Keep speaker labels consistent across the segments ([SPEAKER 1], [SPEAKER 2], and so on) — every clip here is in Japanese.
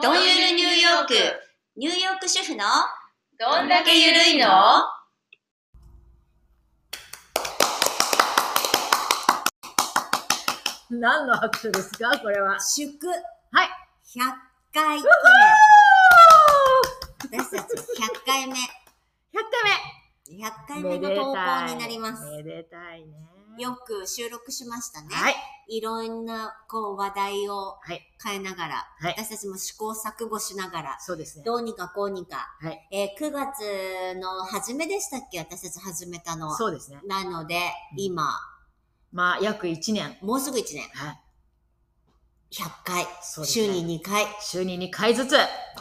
[SPEAKER 1] どんゆるニューヨーク、ニューヨーク主婦の
[SPEAKER 2] どんだけゆるいの
[SPEAKER 3] 何の拍手ですかこれは。
[SPEAKER 1] 祝
[SPEAKER 3] はい。
[SPEAKER 1] 100回私たち100回目、
[SPEAKER 3] 100
[SPEAKER 1] 100
[SPEAKER 3] 回
[SPEAKER 1] 回
[SPEAKER 3] 目
[SPEAKER 1] 目の投稿になります。
[SPEAKER 3] めでたいね。
[SPEAKER 1] よく収録しましたね。
[SPEAKER 3] はい。
[SPEAKER 1] いろんなこう話題を
[SPEAKER 3] はい。
[SPEAKER 1] 変えながら、
[SPEAKER 3] はい
[SPEAKER 1] 私たちも試行錯誤しながら、
[SPEAKER 3] そうですね。
[SPEAKER 1] どうにかこうにか、
[SPEAKER 3] はい
[SPEAKER 1] えー9月の初めでしたっけ私たち始めたの。
[SPEAKER 3] そうですね。
[SPEAKER 1] なので、
[SPEAKER 3] うん
[SPEAKER 1] 今、
[SPEAKER 3] まあ、約1年。
[SPEAKER 1] もうすぐ1年、
[SPEAKER 3] はい。
[SPEAKER 1] 100回、
[SPEAKER 3] そうですね
[SPEAKER 1] 週に2回、
[SPEAKER 3] 週に2回ずつ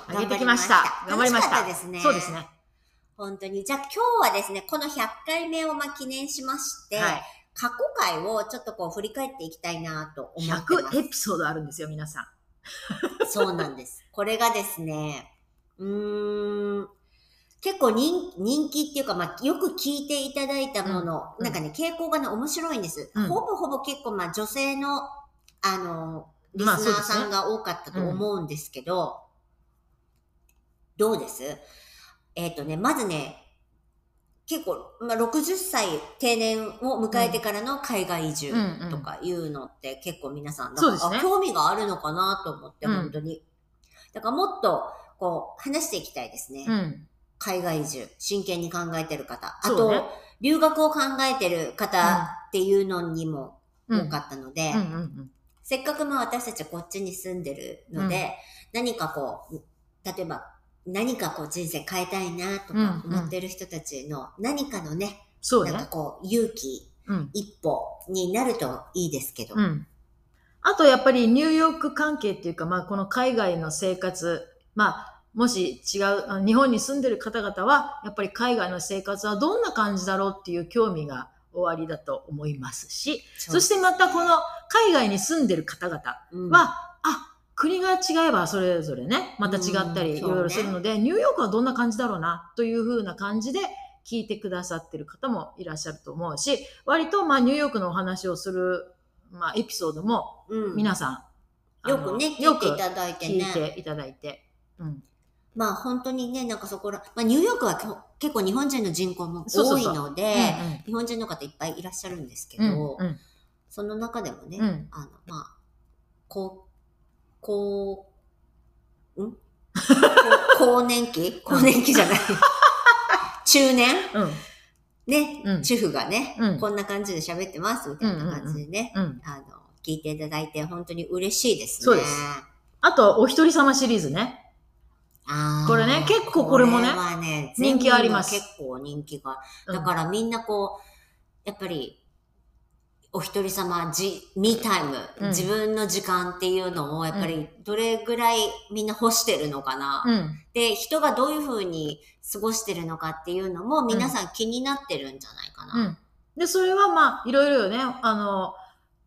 [SPEAKER 3] 上げてきました。頑張りました。
[SPEAKER 1] 楽しかったですね。
[SPEAKER 3] そうです。ね。
[SPEAKER 1] 本当に。じゃあ今日はですね、この100回目をまあ記念しまして、
[SPEAKER 3] はい。
[SPEAKER 1] 過去回をちょっとこう振り返っていきたいなと思ってます。
[SPEAKER 3] 100エピソードあるんですよ、皆さん。
[SPEAKER 1] そうなんです。これがですね、うーん、結構人人気っていうか、まあ、よく聞いていただいたもの、
[SPEAKER 3] うん
[SPEAKER 1] なんかね、傾向がね、面白いんです。
[SPEAKER 3] うん
[SPEAKER 1] ほぼほぼ結構、まあ、女性の、あの、リス
[SPEAKER 3] ま
[SPEAKER 1] ナ
[SPEAKER 3] あそう
[SPEAKER 1] ー
[SPEAKER 3] ですね
[SPEAKER 1] さんが多かったと思うんですけど、どうですえっ、とね、まずね、結構、まあ、60歳定年を迎えてからの海外移住
[SPEAKER 3] うんうん
[SPEAKER 1] とかいうのって結構皆さん、
[SPEAKER 3] そうですね
[SPEAKER 1] あ興味があるのかなと思って、
[SPEAKER 3] うん
[SPEAKER 1] 本当に。だからもっと、こう、話していきたいですね。
[SPEAKER 3] ん。
[SPEAKER 1] 海外移住、真剣に考えてる方。あ
[SPEAKER 3] そ
[SPEAKER 1] と、
[SPEAKER 3] うね
[SPEAKER 1] 留学を考えてる方っていうのにも
[SPEAKER 3] うん
[SPEAKER 1] 多かったので、
[SPEAKER 3] うんうんうん。
[SPEAKER 1] せっかくまあ私たちこっちに住んでるので、何かこう、例えば何かこう人生変えたいなとか
[SPEAKER 3] うんうん
[SPEAKER 1] 思ってる人たちの何かのね、
[SPEAKER 3] そう
[SPEAKER 1] なんか
[SPEAKER 3] ね。
[SPEAKER 1] こう勇気
[SPEAKER 3] うん。
[SPEAKER 1] 一歩になるといいですけど。
[SPEAKER 3] うん。あとやっぱりニューヨーク関係っていうか、まあこの海外の生活、まあもし違う、あの日本に住んでる方々は、やっぱり海外の生活はどんな感じだろうっていう興味がおありだと思いますし、そしてまたこの海外に住んでる方々は、
[SPEAKER 1] うん、
[SPEAKER 3] あ、国が違えばそれぞれね、また違った
[SPEAKER 1] うん
[SPEAKER 3] りい
[SPEAKER 1] そうね
[SPEAKER 3] ろいろするので、ニューヨークはどんな感じだろうなというふうな感じで聞いてくださってる方もいらっしゃると思うし、割とまあニューヨークのお話をする、まあエピソードも
[SPEAKER 1] うん
[SPEAKER 3] 皆さん、
[SPEAKER 1] よくね、
[SPEAKER 3] あの
[SPEAKER 1] 聞いていただいてね。
[SPEAKER 3] よく聞いていただいて、うん、
[SPEAKER 1] まあ本当にね、なんかそこら、まあニューヨークはきょ結構日本人の人口も
[SPEAKER 3] そうそ
[SPEAKER 1] 多
[SPEAKER 3] う
[SPEAKER 1] い
[SPEAKER 3] そう
[SPEAKER 1] ので、日本人の方いっぱいいらっしゃるんですけど、
[SPEAKER 3] うんうん
[SPEAKER 1] その中でもね、
[SPEAKER 3] うん
[SPEAKER 1] あの、まあ、こう、こ う、んこう高年期高年期じゃない。中年
[SPEAKER 3] うん
[SPEAKER 1] ね、
[SPEAKER 3] うん
[SPEAKER 1] 主婦がね、
[SPEAKER 3] うん
[SPEAKER 1] こんな感じで喋ってますみたいな感じでね、
[SPEAKER 3] うん
[SPEAKER 1] あの、聞いていただいて本当に嬉しいですね。
[SPEAKER 3] そうですあと、お一人様シリーズね。
[SPEAKER 1] あー
[SPEAKER 3] これね結構これもね
[SPEAKER 1] こはね
[SPEAKER 3] 人気あります
[SPEAKER 1] 全部結構人気が。
[SPEAKER 3] うん
[SPEAKER 1] だからみんなこう、やっぱり、お一人様、じ、ミータイム、
[SPEAKER 3] うん
[SPEAKER 1] 自分の時間っていうのを、やっぱ
[SPEAKER 3] う
[SPEAKER 1] り、どれぐらいみんな欲してるのかな、
[SPEAKER 3] うん、
[SPEAKER 1] で、人がどういうふうに過ごしてるのかっていうのも、皆さん気になってるんじゃないか
[SPEAKER 3] う
[SPEAKER 1] な。
[SPEAKER 3] ん。で、それはまあ、いろいろよね、あの、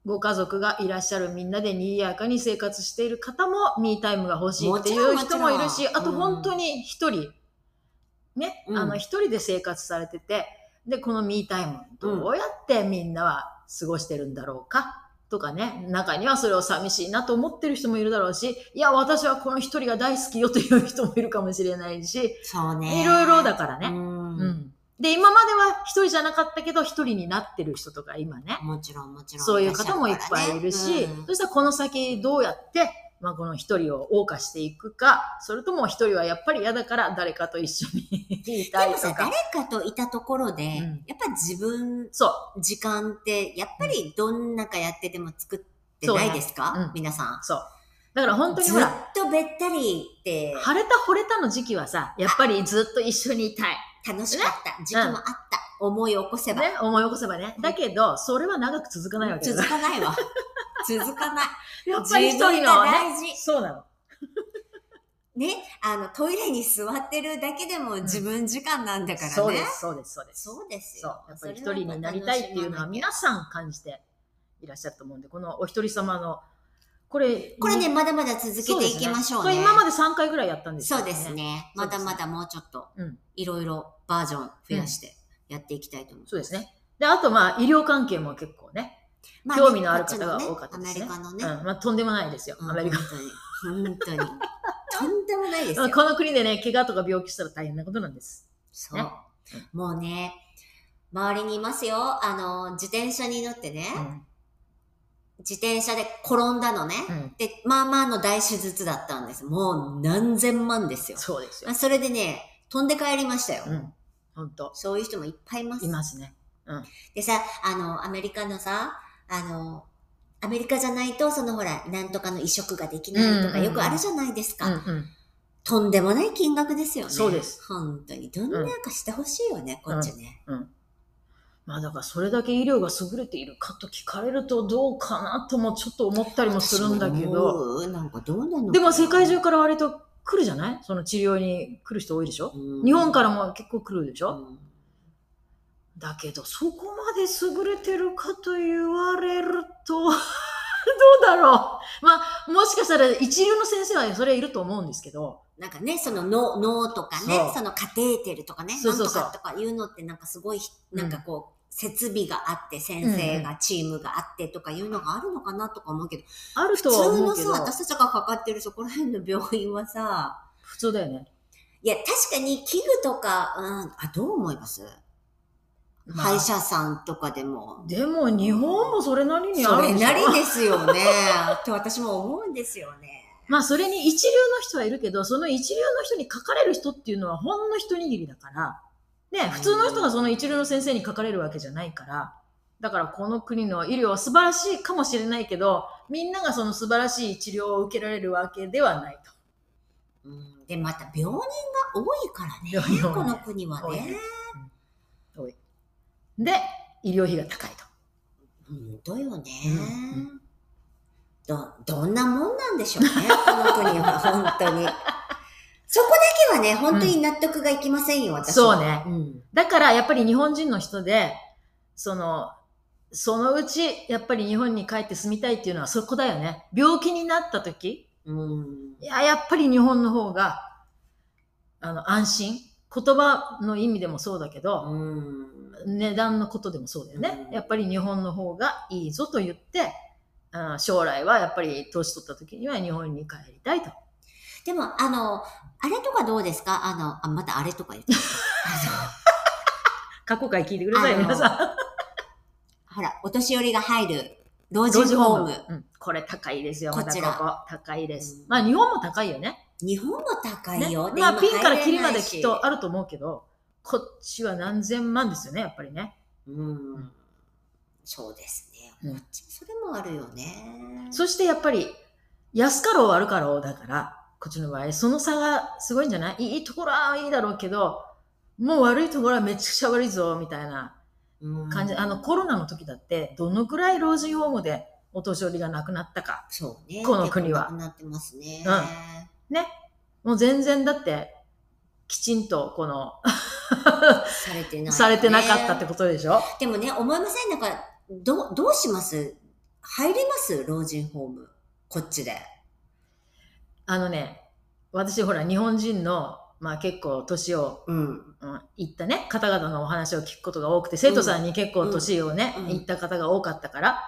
[SPEAKER 3] ご家族がいらっしゃるみんなで賑やかに生活している方も、ミータイムが欲しいってい
[SPEAKER 1] もちろん
[SPEAKER 3] う
[SPEAKER 1] もちろ
[SPEAKER 3] 人
[SPEAKER 1] ん
[SPEAKER 3] もいるし、あと
[SPEAKER 1] うん
[SPEAKER 3] 本当に一人、ね、
[SPEAKER 1] うん
[SPEAKER 3] あの、一人で生活されてて、で、このミータイム、どうやってみんなは過ごしてるんだろうか、とかね、中にはそれを寂しいなと思ってる人もいるだろうし、いや、私はこの一人が大好きよという人もいるかもしれないし、
[SPEAKER 1] そうね。
[SPEAKER 3] いろいろだからね。
[SPEAKER 1] うん
[SPEAKER 3] うんで、今までは一人じゃなかったけど、一人になってる人とか今ね、
[SPEAKER 1] もちろん、もちろん。
[SPEAKER 3] そういう方もいっぱいいるし、
[SPEAKER 1] うん
[SPEAKER 3] そしたらこの先どうやって、まあ、この一人を謳歌していくか、それとも一人はやっぱり嫌だから誰かと一緒に いた
[SPEAKER 1] で
[SPEAKER 3] い
[SPEAKER 1] もさ
[SPEAKER 3] と、か。
[SPEAKER 1] 誰かといたところで、
[SPEAKER 3] ん
[SPEAKER 1] やっぱ自分
[SPEAKER 3] そう。
[SPEAKER 1] 時間って、やっぱりどんなかやってても作ってないですか、
[SPEAKER 3] そうねうん
[SPEAKER 1] 皆さん。
[SPEAKER 3] そう。だから本当に
[SPEAKER 1] ず
[SPEAKER 3] ほ
[SPEAKER 1] っ
[SPEAKER 3] ら、
[SPEAKER 1] とべったりって
[SPEAKER 3] 晴れた惚れたの時期はさ、やっぱりずっと一緒にいたい。
[SPEAKER 1] 楽しかった、時期もあった、思い起こせば、
[SPEAKER 3] ね、思い起こせばね。だけど、それは長く続かないわけだ
[SPEAKER 1] 続
[SPEAKER 3] から。
[SPEAKER 1] かな いわ。続かない。
[SPEAKER 3] やっぱり一人
[SPEAKER 1] 自分
[SPEAKER 3] の
[SPEAKER 1] が
[SPEAKER 3] ね。
[SPEAKER 1] 大事。
[SPEAKER 3] そうなの。
[SPEAKER 1] ね、あの、トイレに座ってるだけでも自分時間なんだからね。
[SPEAKER 3] そうです、そうです、そうです。
[SPEAKER 1] そうです
[SPEAKER 3] そう
[SPEAKER 1] よ。。
[SPEAKER 3] やっぱり一人になりたいっていうのは
[SPEAKER 1] それはやっぱ楽しまなきゃ
[SPEAKER 3] 皆さん感じていらっしゃると思うんで、このお一人様のこれ、
[SPEAKER 1] これね、
[SPEAKER 3] に
[SPEAKER 1] まだまだ続けていきましょ
[SPEAKER 3] そですね
[SPEAKER 1] うね。
[SPEAKER 3] これ今まで3回ぐらいやったんです
[SPEAKER 1] そうです。ね。まだまだもうちょっと
[SPEAKER 3] うん、
[SPEAKER 1] いろいろバージョン増やしてやっていきたいと思います。
[SPEAKER 3] そうですね。で、あとまあ、医療関係も結構ね。
[SPEAKER 1] ま
[SPEAKER 3] 興味のある方が多かった
[SPEAKER 1] ね
[SPEAKER 3] で
[SPEAKER 1] こ
[SPEAKER 3] す
[SPEAKER 1] ち
[SPEAKER 3] ね
[SPEAKER 1] のね。アメリカ
[SPEAKER 3] う
[SPEAKER 1] の
[SPEAKER 3] ん、
[SPEAKER 1] ね。
[SPEAKER 3] まあ、とんでもないですよ、アメリカ。
[SPEAKER 1] うん本 当に。本当に。とんでもないですよ。
[SPEAKER 3] この国でね、怪我とか病気したら大変なことなんです。
[SPEAKER 1] そう。
[SPEAKER 3] ね
[SPEAKER 1] もうね、周りにいますよ。あの、自転車に乗ってね、
[SPEAKER 3] うん。
[SPEAKER 1] 自転車で転んだのね。
[SPEAKER 3] うん
[SPEAKER 1] で、まあまあの大手術だったんです。もう何千万ですよ。
[SPEAKER 3] そうですよ
[SPEAKER 1] あ。それでね、飛んで帰りましたよ。
[SPEAKER 3] うん。本当
[SPEAKER 1] そういう人もいっぱいいます。
[SPEAKER 3] いますね。
[SPEAKER 1] でさ、あの、アメリカのさ、あの、アメリカじゃないと、そのほら、なんとかの移植ができないとか、
[SPEAKER 3] うん
[SPEAKER 1] よくあるじゃないですか。
[SPEAKER 3] うんうん。
[SPEAKER 1] とんでもない金額ですよね。
[SPEAKER 3] そうです。
[SPEAKER 1] 本当に。どんなかしてほしいよね、こっちね。
[SPEAKER 3] まあだからそれだけ医療が優れているかと聞かれるとどうかなともちょっと思ったりもするんだけど、
[SPEAKER 1] 私も。なんかどうなの
[SPEAKER 3] でも世界中から割と来るじゃないその治療に来る人多いでしょ、日本からも結構来るでし
[SPEAKER 1] ら
[SPEAKER 3] ょ、だけどそこまで優れてるかと言われると どうだろうまあもしかしたら一流の先生はそれはいると思うんですけど、
[SPEAKER 1] なんかね、その脳、脳とかね
[SPEAKER 3] そう
[SPEAKER 1] そ、のカテーテルとかね、
[SPEAKER 3] そうそうそう
[SPEAKER 1] なんとかとかいうのってなんかすごいひ、
[SPEAKER 3] うん
[SPEAKER 1] なんかこう、設備があって、先生が、チームがあってとかいうのがあるのかなとか思うけど、
[SPEAKER 3] あると
[SPEAKER 1] 普
[SPEAKER 3] は
[SPEAKER 1] 通
[SPEAKER 3] 思
[SPEAKER 1] の
[SPEAKER 3] うけ
[SPEAKER 1] さ、
[SPEAKER 3] ど、
[SPEAKER 1] 私たちがかかってるそこら辺の病院はさ、
[SPEAKER 3] 普通だよね。
[SPEAKER 1] いや、確かに器具とか、うん、あ、どう思います
[SPEAKER 3] まあ
[SPEAKER 1] 歯医者さんとかでも。
[SPEAKER 3] でも日本もそれなりにあ
[SPEAKER 1] そ
[SPEAKER 3] る
[SPEAKER 1] れ
[SPEAKER 3] でしょ
[SPEAKER 1] なりですよね。 って私も思うんですよね。
[SPEAKER 3] まあそれに一流の人はいるけど、その一流の人に書かれる人っていうのはほんの一握りだから、ね、普通の人がその一流の先生に書かれるわけじゃないから、だからこの国の医療は素晴らしいかもしれないけど、みんながその素晴らしい治療を受けられるわけではないと。
[SPEAKER 1] うん、で、また病人が多いからね。
[SPEAKER 3] 病人多い
[SPEAKER 1] この国は
[SPEAKER 3] 多い
[SPEAKER 1] ね
[SPEAKER 3] ね。おいで、医療費が高いと。
[SPEAKER 1] 本当よね、
[SPEAKER 3] うんう
[SPEAKER 1] ど、どんなもんなんでしょうね、この国は、 本当に。そこだけはね、本当に納得がいきませんよ、私は。
[SPEAKER 3] そうね
[SPEAKER 1] うん。
[SPEAKER 3] だからやっぱり日本人の人で、その、そのうちやっぱり日本に帰って住みたいっていうのはそこだよね。病気になった時、
[SPEAKER 1] うん。
[SPEAKER 3] いや、やっぱり日本の方が、あの、安心。言葉の意味でもそうだけど、
[SPEAKER 1] うん。
[SPEAKER 3] 値段のことでもそうだよね。
[SPEAKER 1] うん
[SPEAKER 3] やっぱり日本の方がいいぞと言って、あー将来はやっぱり年取った時には日本に帰りたいと。
[SPEAKER 1] でも、あの、あれとかどうですかあの、あ、またあれとか言 って。あ
[SPEAKER 3] 過去回聞いてください、
[SPEAKER 1] あの
[SPEAKER 3] 皆さ
[SPEAKER 1] の、ほら、お年寄りが入る、老
[SPEAKER 3] ん。老
[SPEAKER 1] 人
[SPEAKER 3] 人
[SPEAKER 1] ホ
[SPEAKER 3] ホ
[SPEAKER 1] ー
[SPEAKER 3] ー
[SPEAKER 1] ム
[SPEAKER 3] ム。。うん、これ高いですよ、
[SPEAKER 1] こ
[SPEAKER 3] ま
[SPEAKER 1] ち
[SPEAKER 3] た
[SPEAKER 1] ら
[SPEAKER 3] ここ。高いです
[SPEAKER 1] う。ん
[SPEAKER 3] まあ日本も高いよね。
[SPEAKER 1] 日本も高い
[SPEAKER 3] ね
[SPEAKER 1] よ。で
[SPEAKER 3] まあ
[SPEAKER 1] 今
[SPEAKER 3] ピンからキリまで
[SPEAKER 1] 入れないし
[SPEAKER 3] きっとあると思うけど、こっちは何千万ですよね、やっぱりね。
[SPEAKER 1] うん。そうですね。
[SPEAKER 3] うん
[SPEAKER 1] こっち、それもあるよね。
[SPEAKER 3] そしてやっぱり、安かろう悪かろうだから、こっちの場合、その差がすごいんじゃないいいところはいいだろうけど、もう悪いところはめちゃくちゃ悪いぞ、みたいな
[SPEAKER 1] うん
[SPEAKER 3] 感じ。あの、コロナの時だって、どのくらい老人ホームでお年寄りが亡くなったか。
[SPEAKER 1] そうね。
[SPEAKER 3] この国は
[SPEAKER 1] 結構なくなってますね。
[SPEAKER 3] うんもう全然だって、きちんとこの、
[SPEAKER 1] されてない、
[SPEAKER 3] されてなかったってことでしょ
[SPEAKER 1] と。でもね、思いませんなんか、どう、どうします入れます老人ホーム。こっちで。
[SPEAKER 3] あのね、私ほら日本人の、まあ結構年を
[SPEAKER 1] うん。
[SPEAKER 3] うん行ったね、方々のお話を聞くことが多くて、生徒さんに結構年をね、
[SPEAKER 1] うんうん
[SPEAKER 3] 行った方が多かったから、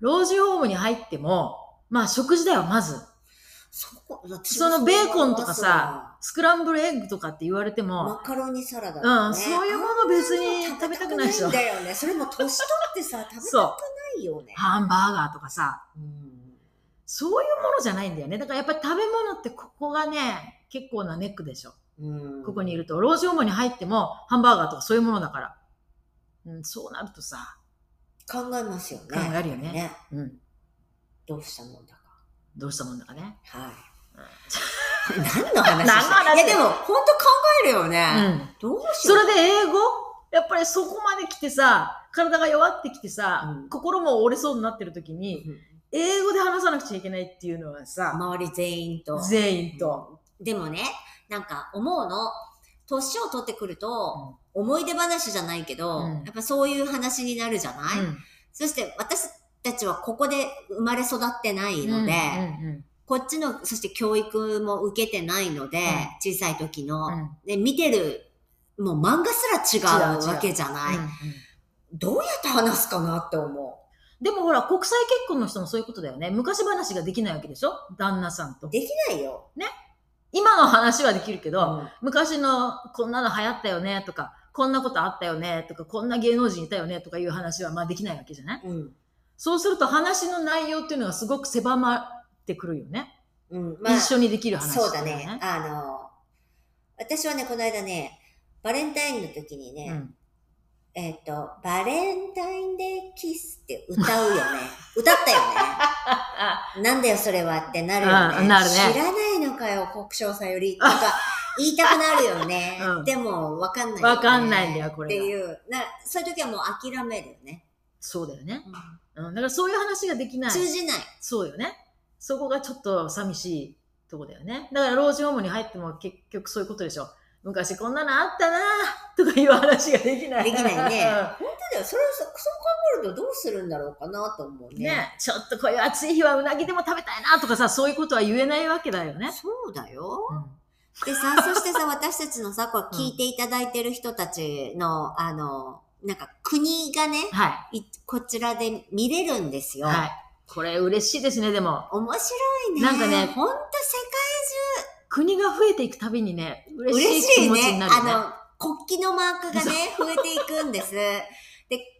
[SPEAKER 3] 老人ホームに入っても、まあ食事だよ、まず。
[SPEAKER 1] そこ、私
[SPEAKER 3] そのベーコンとかさ、、スクランブルエッグとかって言われて
[SPEAKER 1] そう思い
[SPEAKER 3] も、
[SPEAKER 1] ますわマカロニサラダ、
[SPEAKER 3] うんそういうもの別に食べたくないでしょ
[SPEAKER 1] あんの食べたくないんだよね。それも年取ってさ、食べたく
[SPEAKER 3] そ
[SPEAKER 1] ないよね
[SPEAKER 3] う、。ハンバーガーとかさ、
[SPEAKER 1] うん
[SPEAKER 3] そういうものじゃないんだよね。だからやっぱり食べ物ってここがね、結構なネックでしょ。
[SPEAKER 1] うん
[SPEAKER 3] ここにいると、老人ホームに入っても、ハンバーガーとかそういうものだから。うん、そうなるとさ、
[SPEAKER 1] 考えますよね。
[SPEAKER 3] 考えるよね
[SPEAKER 1] ね
[SPEAKER 3] うん、
[SPEAKER 1] どうしたもんだか。
[SPEAKER 3] どうしたもんだかね。
[SPEAKER 1] はい。
[SPEAKER 3] うん
[SPEAKER 1] 何の
[SPEAKER 3] 何
[SPEAKER 1] 話
[SPEAKER 3] の話
[SPEAKER 1] いやでも、本当考えるよね。
[SPEAKER 3] うん
[SPEAKER 1] どうし
[SPEAKER 3] そ
[SPEAKER 1] よう。
[SPEAKER 3] れで英語やっぱりそこまで来てさ、体が弱ってきてさ、
[SPEAKER 1] うん
[SPEAKER 3] 心も折れそうになってる時に、英語で話さなくちゃいけないっていうのはさ、
[SPEAKER 1] 周り全員と。
[SPEAKER 3] 全員と。
[SPEAKER 1] でもね、なんか思うの、年を取ってくると、思い出話じゃないけど、
[SPEAKER 3] うん
[SPEAKER 1] やっぱそういう話になるじゃない、
[SPEAKER 3] うん
[SPEAKER 1] そして私たちはここで生まれ育ってないので、
[SPEAKER 3] うんうん
[SPEAKER 1] こっちの、そして教育も受けてないので、小さい時の、
[SPEAKER 3] うんうん
[SPEAKER 1] で、見てる、もう漫画すら違
[SPEAKER 3] 違う違う
[SPEAKER 1] うわけじゃない。
[SPEAKER 3] うんうん
[SPEAKER 1] どうやって話すかなって思
[SPEAKER 3] でもほら、国際結婚の人もそういうことだよね。昔話ができないわけでしょ旦那さんと
[SPEAKER 1] う。。できないよ。
[SPEAKER 3] 今の話はできるけど、
[SPEAKER 1] うん
[SPEAKER 3] 昔のこんなの流行ったよねとか、こんなことあったよねとか、こんな芸能人いたよねとかいう話はまあできないわけじゃない
[SPEAKER 1] うん。
[SPEAKER 3] そうすると話の内容っていうのがすごく狭まってくるよね。
[SPEAKER 1] うん。まあ、
[SPEAKER 3] 一緒にできる話ってい
[SPEAKER 1] そう
[SPEAKER 3] の
[SPEAKER 1] だ
[SPEAKER 3] は
[SPEAKER 1] ね。。あの、私はね、この間ね、バレンタインの時にね、
[SPEAKER 3] うん
[SPEAKER 1] えっ、と、バレンタインデーキスって歌うよね。歌ったよね。なんだよ、それはってなるよ
[SPEAKER 3] う
[SPEAKER 1] ね。
[SPEAKER 3] んなるね
[SPEAKER 1] 知らないのかよ、国生さんより。とか、言いたくなるよね。
[SPEAKER 3] うん
[SPEAKER 1] でも、わかんない、
[SPEAKER 3] わかんないんだよこれ
[SPEAKER 1] っ
[SPEAKER 3] が
[SPEAKER 1] ていう。な、そういう時はもう諦めるよね。
[SPEAKER 3] そうだよね、うん。だからそういう話ができない。
[SPEAKER 1] 通じない。
[SPEAKER 3] そうよね。そこがちょっと寂しいとこだよね。だから老人ホームに入っても結局そういうことでしょ。昔こんなのあったなとかいう話ができない。
[SPEAKER 1] できないねただ、それをさ、そう考えるとどうするんだろうかなと思う
[SPEAKER 3] うん
[SPEAKER 1] ね。
[SPEAKER 3] ね、ちょっとこういう暑い日はうなぎでも食べたいなとかさ、そういうことは言えないわけだよね。
[SPEAKER 1] そうだよ。
[SPEAKER 3] うん
[SPEAKER 1] でさ、そしてさ、 私たちのさ、こう聞いていただいてる人たちの、あの、なんか国がね、
[SPEAKER 3] はい
[SPEAKER 1] こちらで見れるんです
[SPEAKER 3] い。
[SPEAKER 1] よ。
[SPEAKER 3] はい。これ嬉しいですね、でも。
[SPEAKER 1] 面白いね。
[SPEAKER 3] なんかね
[SPEAKER 1] ほんと
[SPEAKER 3] 国が増えていくたびにね、
[SPEAKER 1] 世
[SPEAKER 3] 嬉
[SPEAKER 1] 界、嬉
[SPEAKER 3] しい
[SPEAKER 1] し
[SPEAKER 3] 気
[SPEAKER 1] い
[SPEAKER 3] 持ちに
[SPEAKER 1] ね。
[SPEAKER 3] なるよね。
[SPEAKER 1] あの、国旗のマークがね、増えていくんです。で、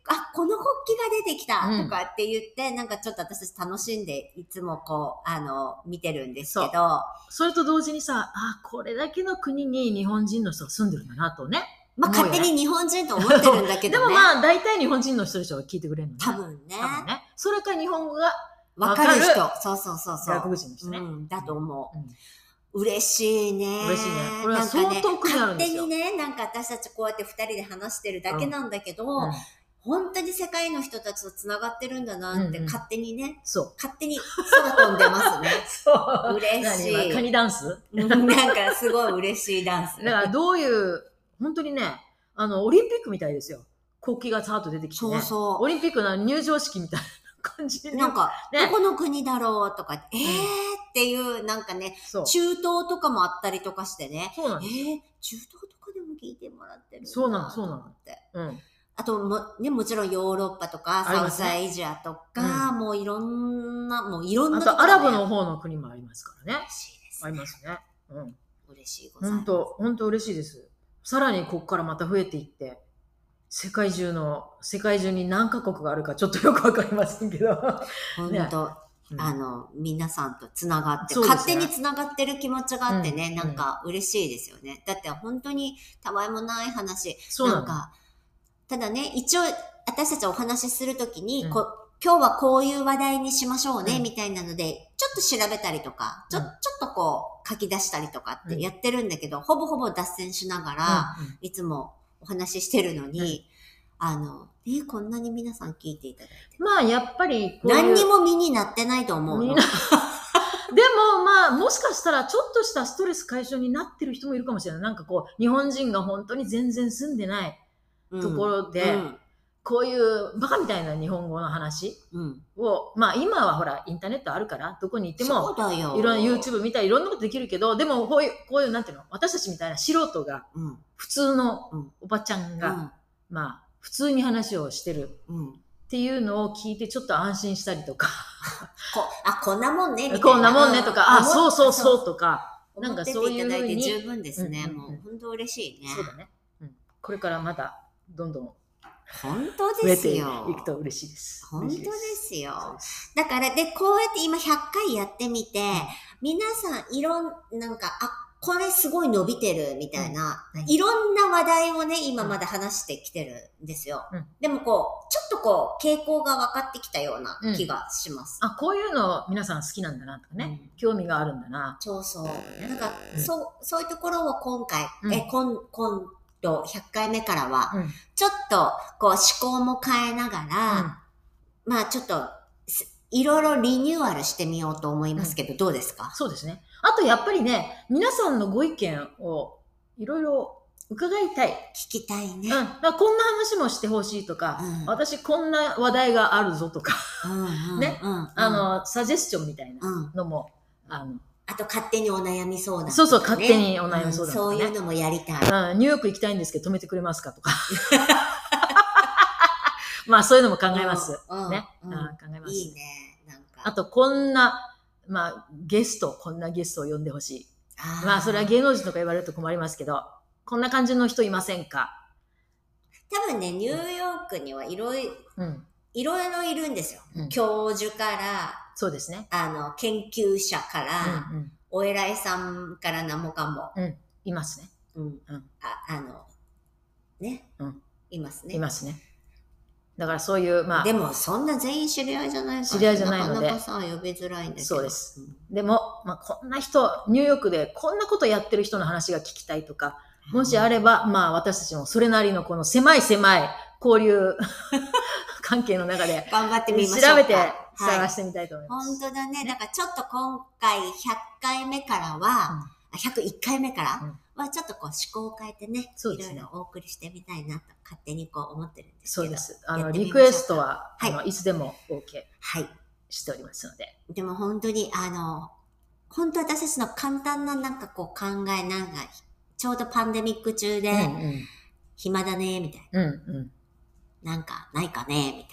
[SPEAKER 1] あ、この国旗が出てきた
[SPEAKER 3] うん
[SPEAKER 1] とかって言って、なんかちょっと私たち楽しんで、いつもこう、あの、見てるんですけど、
[SPEAKER 3] それと同時にさ、あ、これだけの国に日本人の人が住んでるんだなとね。
[SPEAKER 1] まあ、
[SPEAKER 3] 思うよ
[SPEAKER 1] 勝
[SPEAKER 3] ね
[SPEAKER 1] 手に日本人と思ってるんだけ
[SPEAKER 3] で
[SPEAKER 1] ど
[SPEAKER 3] も
[SPEAKER 1] ね。
[SPEAKER 3] まあ、大体日本人の人でしょ、聞いてくれるのね。
[SPEAKER 1] 多分ね
[SPEAKER 3] 多。分ね。それか日本語が
[SPEAKER 1] わかる人
[SPEAKER 3] わ。
[SPEAKER 1] そうそうそうそう。
[SPEAKER 3] 外国人の人ね。
[SPEAKER 1] うん、だと思う。
[SPEAKER 3] うん
[SPEAKER 1] 嬉しいね。
[SPEAKER 3] 嬉しいねこれは
[SPEAKER 1] なんかね
[SPEAKER 3] 相当苦になるんですよ
[SPEAKER 1] 勝手にね、なんか私たちこうやって二人で話してるだけなんだけど、
[SPEAKER 3] うん
[SPEAKER 1] 本当に世界の人たちと繋がってるんだなっ
[SPEAKER 3] うん
[SPEAKER 1] て、
[SPEAKER 3] うん
[SPEAKER 1] 勝手にね、
[SPEAKER 3] そう。
[SPEAKER 1] 勝手に空飛んでます ね。
[SPEAKER 3] そう。
[SPEAKER 1] 嬉し
[SPEAKER 3] 何
[SPEAKER 1] い
[SPEAKER 3] 今カ。ニダンス
[SPEAKER 1] うん なんかすごい嬉しいダ ンス。
[SPEAKER 3] だからどういう、本当にね、あの、オリンピックみたいですよ。国旗がさーっと出てきて
[SPEAKER 1] そ
[SPEAKER 3] ね
[SPEAKER 1] う。そ
[SPEAKER 3] オリンピックの入場式みたいな感じで
[SPEAKER 1] う。。なんか、
[SPEAKER 3] ね
[SPEAKER 1] どこの国だろうとか、えーっていう、なんかね、
[SPEAKER 3] そう。
[SPEAKER 1] 中東とかもあったりとかしてね、
[SPEAKER 3] そうな
[SPEAKER 1] え
[SPEAKER 3] の。
[SPEAKER 1] ー、中東とかでも聞いてもらってるんだ
[SPEAKER 3] そうなのそうなの
[SPEAKER 1] と思って。
[SPEAKER 3] うん。
[SPEAKER 1] あとも、ね、もちろんヨーロッパとか、
[SPEAKER 3] あり
[SPEAKER 1] サウ
[SPEAKER 3] ま
[SPEAKER 1] ス
[SPEAKER 3] すね
[SPEAKER 1] アイジアとか、もういろんな、もういろんな
[SPEAKER 3] あ、
[SPEAKER 1] とことろ
[SPEAKER 3] ア
[SPEAKER 1] ね
[SPEAKER 3] ラブの方の国もありますからね。
[SPEAKER 1] 嬉しいです
[SPEAKER 3] あ
[SPEAKER 1] ね、
[SPEAKER 3] りますね。うん。
[SPEAKER 1] 嬉しいございま
[SPEAKER 3] 本
[SPEAKER 1] す。
[SPEAKER 3] 当本当嬉しいです。さらにここからまた増えていって、世界中の、世界中に何カ国があるかちょっとよくわかりませんけ ど。
[SPEAKER 1] 本
[SPEAKER 3] ね
[SPEAKER 1] 当、
[SPEAKER 3] うん
[SPEAKER 1] あの、皆さんとつながって、
[SPEAKER 3] そうですね
[SPEAKER 1] 勝手につながってる気持ちがあって
[SPEAKER 3] う
[SPEAKER 1] ね、
[SPEAKER 3] ん
[SPEAKER 1] なんか嬉しいですよね。だって本当にたわいもない話。
[SPEAKER 3] そうな
[SPEAKER 1] なん
[SPEAKER 3] の。
[SPEAKER 1] か、ただね、一応、私たちお話しするときに、
[SPEAKER 3] うん
[SPEAKER 1] こ今日はこういう話題にしましょうね、
[SPEAKER 3] うん
[SPEAKER 1] みたいなので、ちょっと調べたりとか、ちょ、
[SPEAKER 3] うん
[SPEAKER 1] ちょっとこう、書き出したりとかっ
[SPEAKER 3] う
[SPEAKER 1] て
[SPEAKER 3] ん
[SPEAKER 1] やってるんだけど、ほぼほぼ脱線しながら、
[SPEAKER 3] うんうん
[SPEAKER 1] いつもお話ししてるのに、あの、ね、こんなに皆さん聞いていただいて。
[SPEAKER 3] まあ、やっぱりこういう、
[SPEAKER 1] 何にも身になってないと思う
[SPEAKER 3] みん
[SPEAKER 1] の
[SPEAKER 3] なで。 もまあ、もしかしたらちょっとしたストレス解消になってる人もいるかもしれない。なんかこう、日本人が本当に全然住んでない
[SPEAKER 1] うん
[SPEAKER 3] ところで、
[SPEAKER 1] うん
[SPEAKER 3] こういうバカみたいな日本語の話
[SPEAKER 1] うん。
[SPEAKER 3] を、まあ今はほら、インターネットあるから、どこに行っても、
[SPEAKER 1] そうだよ。
[SPEAKER 3] いろんな YouTube 見たりいろんなことできるけど、でもこういう、こういう、なんていうの、私たちみたいな素人が、
[SPEAKER 1] うん。
[SPEAKER 3] 普通の
[SPEAKER 1] うん
[SPEAKER 3] おばちゃん
[SPEAKER 1] う
[SPEAKER 3] が、
[SPEAKER 1] ん。
[SPEAKER 3] まあ、普通に話をしてる
[SPEAKER 1] うん。
[SPEAKER 3] っていうのを聞いてちょっと安心したりとか、
[SPEAKER 1] こ、あ、こんなもんね、みたいな。
[SPEAKER 3] こんなもんねとか、あ、そうそう
[SPEAKER 1] う
[SPEAKER 3] そうとか、な
[SPEAKER 1] な
[SPEAKER 3] んん
[SPEAKER 1] か
[SPEAKER 3] か
[SPEAKER 1] そ
[SPEAKER 3] そうう
[SPEAKER 1] い
[SPEAKER 3] いうう
[SPEAKER 1] 風
[SPEAKER 3] 風
[SPEAKER 1] に。
[SPEAKER 3] に
[SPEAKER 1] 十分ですね。
[SPEAKER 3] うんうんうん
[SPEAKER 1] もう本当嬉しいね。
[SPEAKER 3] そうだね。うん。これからまだ、どんどん
[SPEAKER 1] 本当
[SPEAKER 3] 増
[SPEAKER 1] で
[SPEAKER 3] え
[SPEAKER 1] す
[SPEAKER 3] てい
[SPEAKER 1] よ。
[SPEAKER 3] くと嬉しいです。
[SPEAKER 1] 本当で
[SPEAKER 3] 嬉しいです
[SPEAKER 1] よ。
[SPEAKER 3] す。
[SPEAKER 1] だから、で、こうやって今100回やってみて、皆さんいろん、なんか、あ、これすごい伸びてるみたいな、
[SPEAKER 3] うんうん
[SPEAKER 1] いろんな話題をね、今まで話してきてるんですよ。
[SPEAKER 3] うん
[SPEAKER 1] でもこう、ちょっとこう、傾向が分かってきたような気がします。
[SPEAKER 3] あ、こういうの皆さん好きなんだなとかね、
[SPEAKER 1] うん
[SPEAKER 3] 興味があるんだな。
[SPEAKER 1] そうそう。
[SPEAKER 3] うん
[SPEAKER 1] なんか、そう、そういうところを今回、
[SPEAKER 3] うん
[SPEAKER 1] え、今、今度100回目からは、
[SPEAKER 3] うん
[SPEAKER 1] ちょっと、こう、思考も変えながら、
[SPEAKER 3] う
[SPEAKER 1] まあちょっと、すいろいろリニューアルしてみようと思いますけど、どうです
[SPEAKER 3] ん
[SPEAKER 1] か
[SPEAKER 3] そうですね。あとやっぱりね、皆さんのご意見をいろいろ伺いたい。
[SPEAKER 1] 聞きたいね
[SPEAKER 3] うん。。だからこんな話もしてほしいとか、
[SPEAKER 1] うん
[SPEAKER 3] 私こんな話題があるぞとか、
[SPEAKER 1] うんうん
[SPEAKER 3] ね。
[SPEAKER 1] うんうん
[SPEAKER 3] あ、の、サジェスチョンみたいな
[SPEAKER 1] うん。
[SPEAKER 3] のも、あの、
[SPEAKER 1] あと勝手にお悩み相談とかね、
[SPEAKER 3] そうそう勝手にお悩み相談と
[SPEAKER 1] そ
[SPEAKER 3] か
[SPEAKER 1] う
[SPEAKER 3] ね
[SPEAKER 1] いうのもやりたい。
[SPEAKER 3] うんニューヨーク行きたいんですけど止めてくれますかと か。まあそういうのも考えます。
[SPEAKER 1] うん。
[SPEAKER 3] ね
[SPEAKER 1] うん
[SPEAKER 3] うん考えます。
[SPEAKER 1] いいね。なんか。
[SPEAKER 3] あと、こんな、まあ、ゲスト、こんなゲストを呼んでほしい。
[SPEAKER 1] あー
[SPEAKER 3] まあ、それは芸能人とか言われると困りますけど、こんな感じの人いませんか
[SPEAKER 1] 多分ね、ニューヨークにはいろいろ、
[SPEAKER 3] うん。
[SPEAKER 1] いろいろいるんですよ。
[SPEAKER 3] うん
[SPEAKER 1] 教授から、
[SPEAKER 3] そうですね。
[SPEAKER 1] あの、研究者から、
[SPEAKER 3] うんうん。
[SPEAKER 1] お偉いさんからなんもかも。
[SPEAKER 3] いますね。
[SPEAKER 1] うん。
[SPEAKER 3] うん
[SPEAKER 1] ああの、ね。
[SPEAKER 3] うん
[SPEAKER 1] いますね。
[SPEAKER 3] いますね。だからそういう、まあ、
[SPEAKER 1] でも、そんな全員知り合いじゃないから。
[SPEAKER 3] 知り合いじゃないので
[SPEAKER 1] なかなかさ、呼びづらいんだけど。
[SPEAKER 3] そうです
[SPEAKER 1] ん。
[SPEAKER 3] でも、まあ、こんな人、ニューヨークでこんなことやってる人の話が聞きたいとか、もしあれば、まあ、私たちもそれなりのこの狭い狭い交流 関係の中で、
[SPEAKER 1] 頑張ってみましょうか。
[SPEAKER 3] 調べて
[SPEAKER 1] は
[SPEAKER 3] 探
[SPEAKER 1] い
[SPEAKER 3] してみたいと思います。
[SPEAKER 1] 本当だね。だからちょっと今回100回目からは、あ101回目からはちょっとこう思考を変えてね、
[SPEAKER 3] そう
[SPEAKER 1] い
[SPEAKER 3] です
[SPEAKER 1] ろ
[SPEAKER 3] ね
[SPEAKER 1] いろお送りしてみたいなと勝手にこう思ってるんです
[SPEAKER 3] そう
[SPEAKER 1] けど。
[SPEAKER 3] で。す。あ
[SPEAKER 1] や
[SPEAKER 3] の、
[SPEAKER 1] ってみ
[SPEAKER 3] リ
[SPEAKER 1] ましょう
[SPEAKER 3] クエストは、
[SPEAKER 1] はい
[SPEAKER 3] あの、いつでも OK
[SPEAKER 1] はい。
[SPEAKER 3] しておりますので。
[SPEAKER 1] でも本当にあの、本当私たちの簡単ななんかこう考えなんか、ちょうどパンデミック中で、暇だね、みたい
[SPEAKER 3] うん、うん、
[SPEAKER 1] な。なんかないかね、み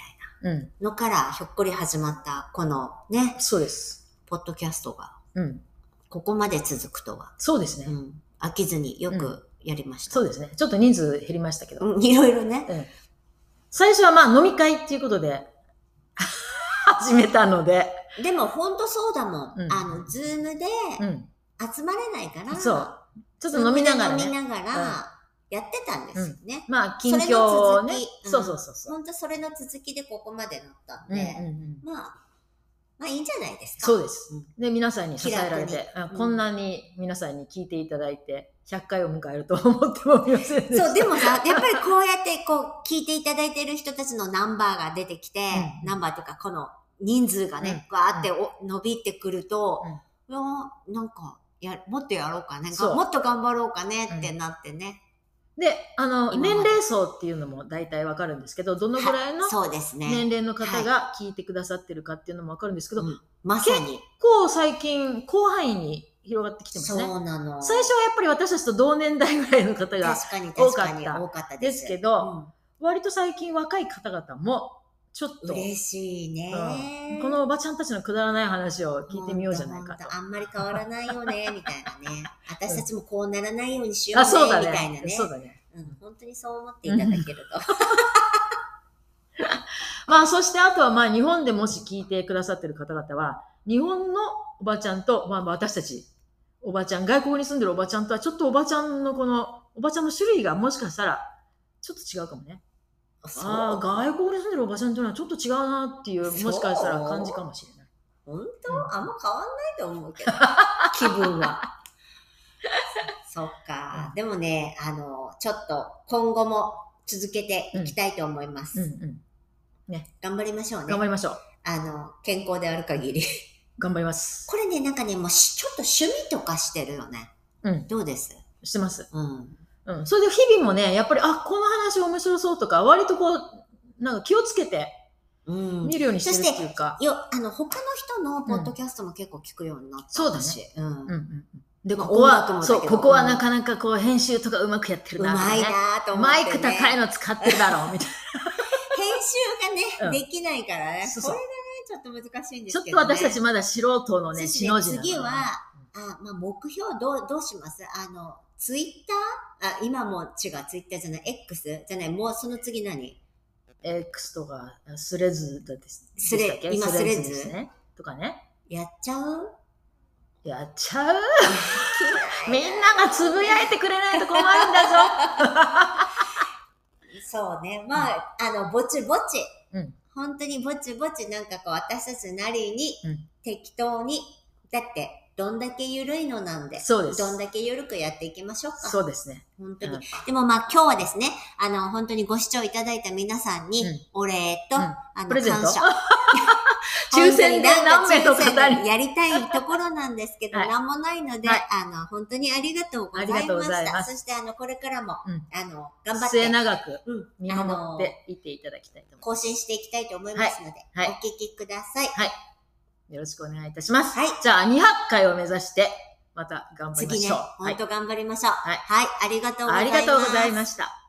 [SPEAKER 1] たい
[SPEAKER 3] うん、うん。
[SPEAKER 1] なのからひょっこり始まったこのね、
[SPEAKER 3] そうです。
[SPEAKER 1] ポッドキャストが、
[SPEAKER 3] うん。
[SPEAKER 1] ここまで続くとは、
[SPEAKER 3] そうですね。
[SPEAKER 1] うん、飽きずによくやりました。
[SPEAKER 3] そうですね。ちょっと人数減りましたけど。
[SPEAKER 1] うんいろいろね。
[SPEAKER 3] うん最初はまあ飲み会っていうことで 始めたので。
[SPEAKER 1] でも本当そうだもん。
[SPEAKER 3] うん
[SPEAKER 1] あの、ズームで
[SPEAKER 3] うん。
[SPEAKER 1] 集まれないから、
[SPEAKER 3] そう。ちょっと飲みながら
[SPEAKER 1] 飲み
[SPEAKER 3] ね。
[SPEAKER 1] ながらやってたんですよね。
[SPEAKER 3] まあ近況をね
[SPEAKER 1] それの続。き
[SPEAKER 3] そうそうそうそう。
[SPEAKER 1] 本当それの続きでここまでなったん
[SPEAKER 3] うんうん
[SPEAKER 1] で、
[SPEAKER 3] うん
[SPEAKER 1] まあ、まあいいんじゃないですか。
[SPEAKER 3] そうです
[SPEAKER 1] うん。
[SPEAKER 3] で、皆さんに支えられ
[SPEAKER 1] 気
[SPEAKER 3] て、あ
[SPEAKER 1] うん
[SPEAKER 3] こんなに皆さんに聞いていただいて、100回を迎えると思ってもみませんでした。
[SPEAKER 1] そう、でもさ、 やっぱりこうやってこう聞いていただいてる人たちのナンバーが出てきて、
[SPEAKER 3] うん
[SPEAKER 1] ナンバーというかこの人数がね、わーってお伸びてくると、うわーなんかや、もっとやろうかね、
[SPEAKER 3] そう
[SPEAKER 1] がもっと頑張ろうかねってなってね。
[SPEAKER 3] で、あの、
[SPEAKER 1] 今
[SPEAKER 3] 年
[SPEAKER 1] まで
[SPEAKER 3] 齢層っていうのも大体わかるんですけど、どのぐらいの
[SPEAKER 1] はそうです
[SPEAKER 3] 年
[SPEAKER 1] ね。
[SPEAKER 3] 齢の方が聞いてくださってるかっていうのもわかるんですけど、
[SPEAKER 1] う
[SPEAKER 3] 結
[SPEAKER 1] んまさに。
[SPEAKER 3] 構最近、広範囲に広がってきてます
[SPEAKER 1] そ
[SPEAKER 3] ね。
[SPEAKER 1] うなの。
[SPEAKER 3] 最初はやっぱり私たちと同年代ぐらいの方が、
[SPEAKER 1] 確かに
[SPEAKER 3] 多
[SPEAKER 1] 確
[SPEAKER 3] かっ
[SPEAKER 1] か
[SPEAKER 3] た
[SPEAKER 1] に多かった
[SPEAKER 3] で
[SPEAKER 1] です。
[SPEAKER 3] すけ
[SPEAKER 1] う
[SPEAKER 3] ど、
[SPEAKER 1] ん
[SPEAKER 3] 割と最近若い方々も、ちょっと、
[SPEAKER 1] 嬉しいね、
[SPEAKER 3] うんこのおばちゃんたちのくだらない話を聞いてみようじゃないか
[SPEAKER 1] ほん
[SPEAKER 3] と
[SPEAKER 1] と。あんまり変わらないよね、みたい なね。私たちもこうならないようにしよう
[SPEAKER 3] あ、
[SPEAKER 1] ね、
[SPEAKER 3] そうだ
[SPEAKER 1] みたいな
[SPEAKER 3] ね。
[SPEAKER 1] ね
[SPEAKER 3] そうだね。
[SPEAKER 1] うん。本当にそう思っていただけると。
[SPEAKER 3] まあ、そしてあとはまあ、日本でもし聞いてくださってる方々は、日本のおばちゃんと、まあ、私たち、おばちゃん、外国に住んでるおばちゃんとは、ちょっとおばちゃんのこの、おばちゃんの種類がもしかしたら、ちょっと違うかもね。
[SPEAKER 1] そう
[SPEAKER 3] ああ、外国に住んでるおばちゃんというのはちょっと違うなっていう、
[SPEAKER 1] そう
[SPEAKER 3] もしかしたら感じかもしれない。
[SPEAKER 1] 本
[SPEAKER 3] うん
[SPEAKER 1] 当あんま変わんないと思 うけど。気分は。そっか。でもね、あの、ちょっと今後も続けていきたいと思います。
[SPEAKER 3] うんうん。
[SPEAKER 1] 頑張りましょうね
[SPEAKER 3] 頑張。りましょう。
[SPEAKER 1] あの、健康である 限り。
[SPEAKER 3] 頑張ります。
[SPEAKER 1] これね、なんかね、もうしちょっと趣味とかしてるよね。
[SPEAKER 3] うん
[SPEAKER 1] どうです
[SPEAKER 3] してます。
[SPEAKER 1] うん。
[SPEAKER 3] うん。それで日々もね、やっぱり、あ、この話面白そうとか、割とこう、なんか気をつけて
[SPEAKER 1] うん。
[SPEAKER 3] 見るようにしてるっていうか。
[SPEAKER 1] よ、あの、他の人のポッドキャストも結構聞くようになったし。う。
[SPEAKER 3] うんんうんうん。で、
[SPEAKER 1] まあ
[SPEAKER 3] ここは
[SPEAKER 1] 音楽も、だけ
[SPEAKER 3] そ
[SPEAKER 1] ど
[SPEAKER 3] う、ここはなかなかこう、編集とかうまくやって
[SPEAKER 1] う
[SPEAKER 3] るなとか
[SPEAKER 1] ま
[SPEAKER 3] ね、
[SPEAKER 1] いなぁと思って、
[SPEAKER 3] マ
[SPEAKER 1] ね。
[SPEAKER 3] イク高いの使ってるだろう、みたい
[SPEAKER 1] 編集
[SPEAKER 3] う
[SPEAKER 1] が
[SPEAKER 3] ん
[SPEAKER 1] ね、できないからね。
[SPEAKER 3] そう
[SPEAKER 1] こ
[SPEAKER 3] そう
[SPEAKER 1] れがね、ちょっと難しいんで
[SPEAKER 3] な。ちょ
[SPEAKER 1] す
[SPEAKER 3] っ
[SPEAKER 1] け
[SPEAKER 3] と
[SPEAKER 1] ど、ね。
[SPEAKER 3] 私たちまだ素人のね、
[SPEAKER 1] そうです
[SPEAKER 3] し
[SPEAKER 1] ね
[SPEAKER 3] の字なので
[SPEAKER 1] 次は、あ、まあ、目標どう、どうしますあの、ツイッターあ、今もう違う、ツイッターじゃない、X? じゃない、もうその次何
[SPEAKER 3] X とか、スレズだです。
[SPEAKER 1] スレ
[SPEAKER 3] でしたっけ
[SPEAKER 1] 今スレズ
[SPEAKER 3] ですね。とかね。
[SPEAKER 1] やっちゃう
[SPEAKER 3] やっちゃうみんながつぶやいてくれないと困るんだ ぞ。
[SPEAKER 1] そうね。まあ、あの、ぼちぼち。
[SPEAKER 3] うん
[SPEAKER 1] 本当にぼちぼち、なんかこう、私たちなりに
[SPEAKER 3] うん、
[SPEAKER 1] 適当に、だって、どんだけ緩いのなんで、
[SPEAKER 3] そうです
[SPEAKER 1] どんだけ緩くやっていきましょうか。
[SPEAKER 3] そうですね。
[SPEAKER 1] 本当に。
[SPEAKER 3] うん
[SPEAKER 1] でもまあ、今日はですね、あの、本当にご視聴いただいた皆さんに
[SPEAKER 3] うん、
[SPEAKER 1] お礼と、
[SPEAKER 3] うん
[SPEAKER 1] あの、
[SPEAKER 3] プレゼント
[SPEAKER 1] 感謝。
[SPEAKER 3] 抽選で何名の
[SPEAKER 1] 本
[SPEAKER 3] 方
[SPEAKER 1] 当になん
[SPEAKER 3] に。
[SPEAKER 1] か抽選でやりたいところなんですけ ど、
[SPEAKER 3] はい
[SPEAKER 1] なんもないので、
[SPEAKER 3] はい
[SPEAKER 1] あの、本当にありがとうござい
[SPEAKER 3] あ
[SPEAKER 1] ま
[SPEAKER 3] りがとうご
[SPEAKER 1] し
[SPEAKER 3] ざい
[SPEAKER 1] た。
[SPEAKER 3] ます
[SPEAKER 1] そして、あの、これからも、
[SPEAKER 3] うん
[SPEAKER 1] あの、頑張って、
[SPEAKER 3] 末永く
[SPEAKER 1] うん、
[SPEAKER 3] 見
[SPEAKER 1] あ
[SPEAKER 3] 守
[SPEAKER 1] の
[SPEAKER 3] っていていただきたいと思いま
[SPEAKER 1] 更新していきたいと思いますので、
[SPEAKER 3] はいはい
[SPEAKER 1] お聞きください。
[SPEAKER 3] す。よろしくお願いいたします。
[SPEAKER 1] はい
[SPEAKER 3] じゃあ、200回を目指して、また頑張りま
[SPEAKER 1] 次ね、
[SPEAKER 3] しょう。は
[SPEAKER 1] 本
[SPEAKER 3] い。
[SPEAKER 1] 当頑張りましょう。
[SPEAKER 3] はい
[SPEAKER 1] はい、ありがとうござい
[SPEAKER 3] あ
[SPEAKER 1] ます。
[SPEAKER 3] りがとうございました。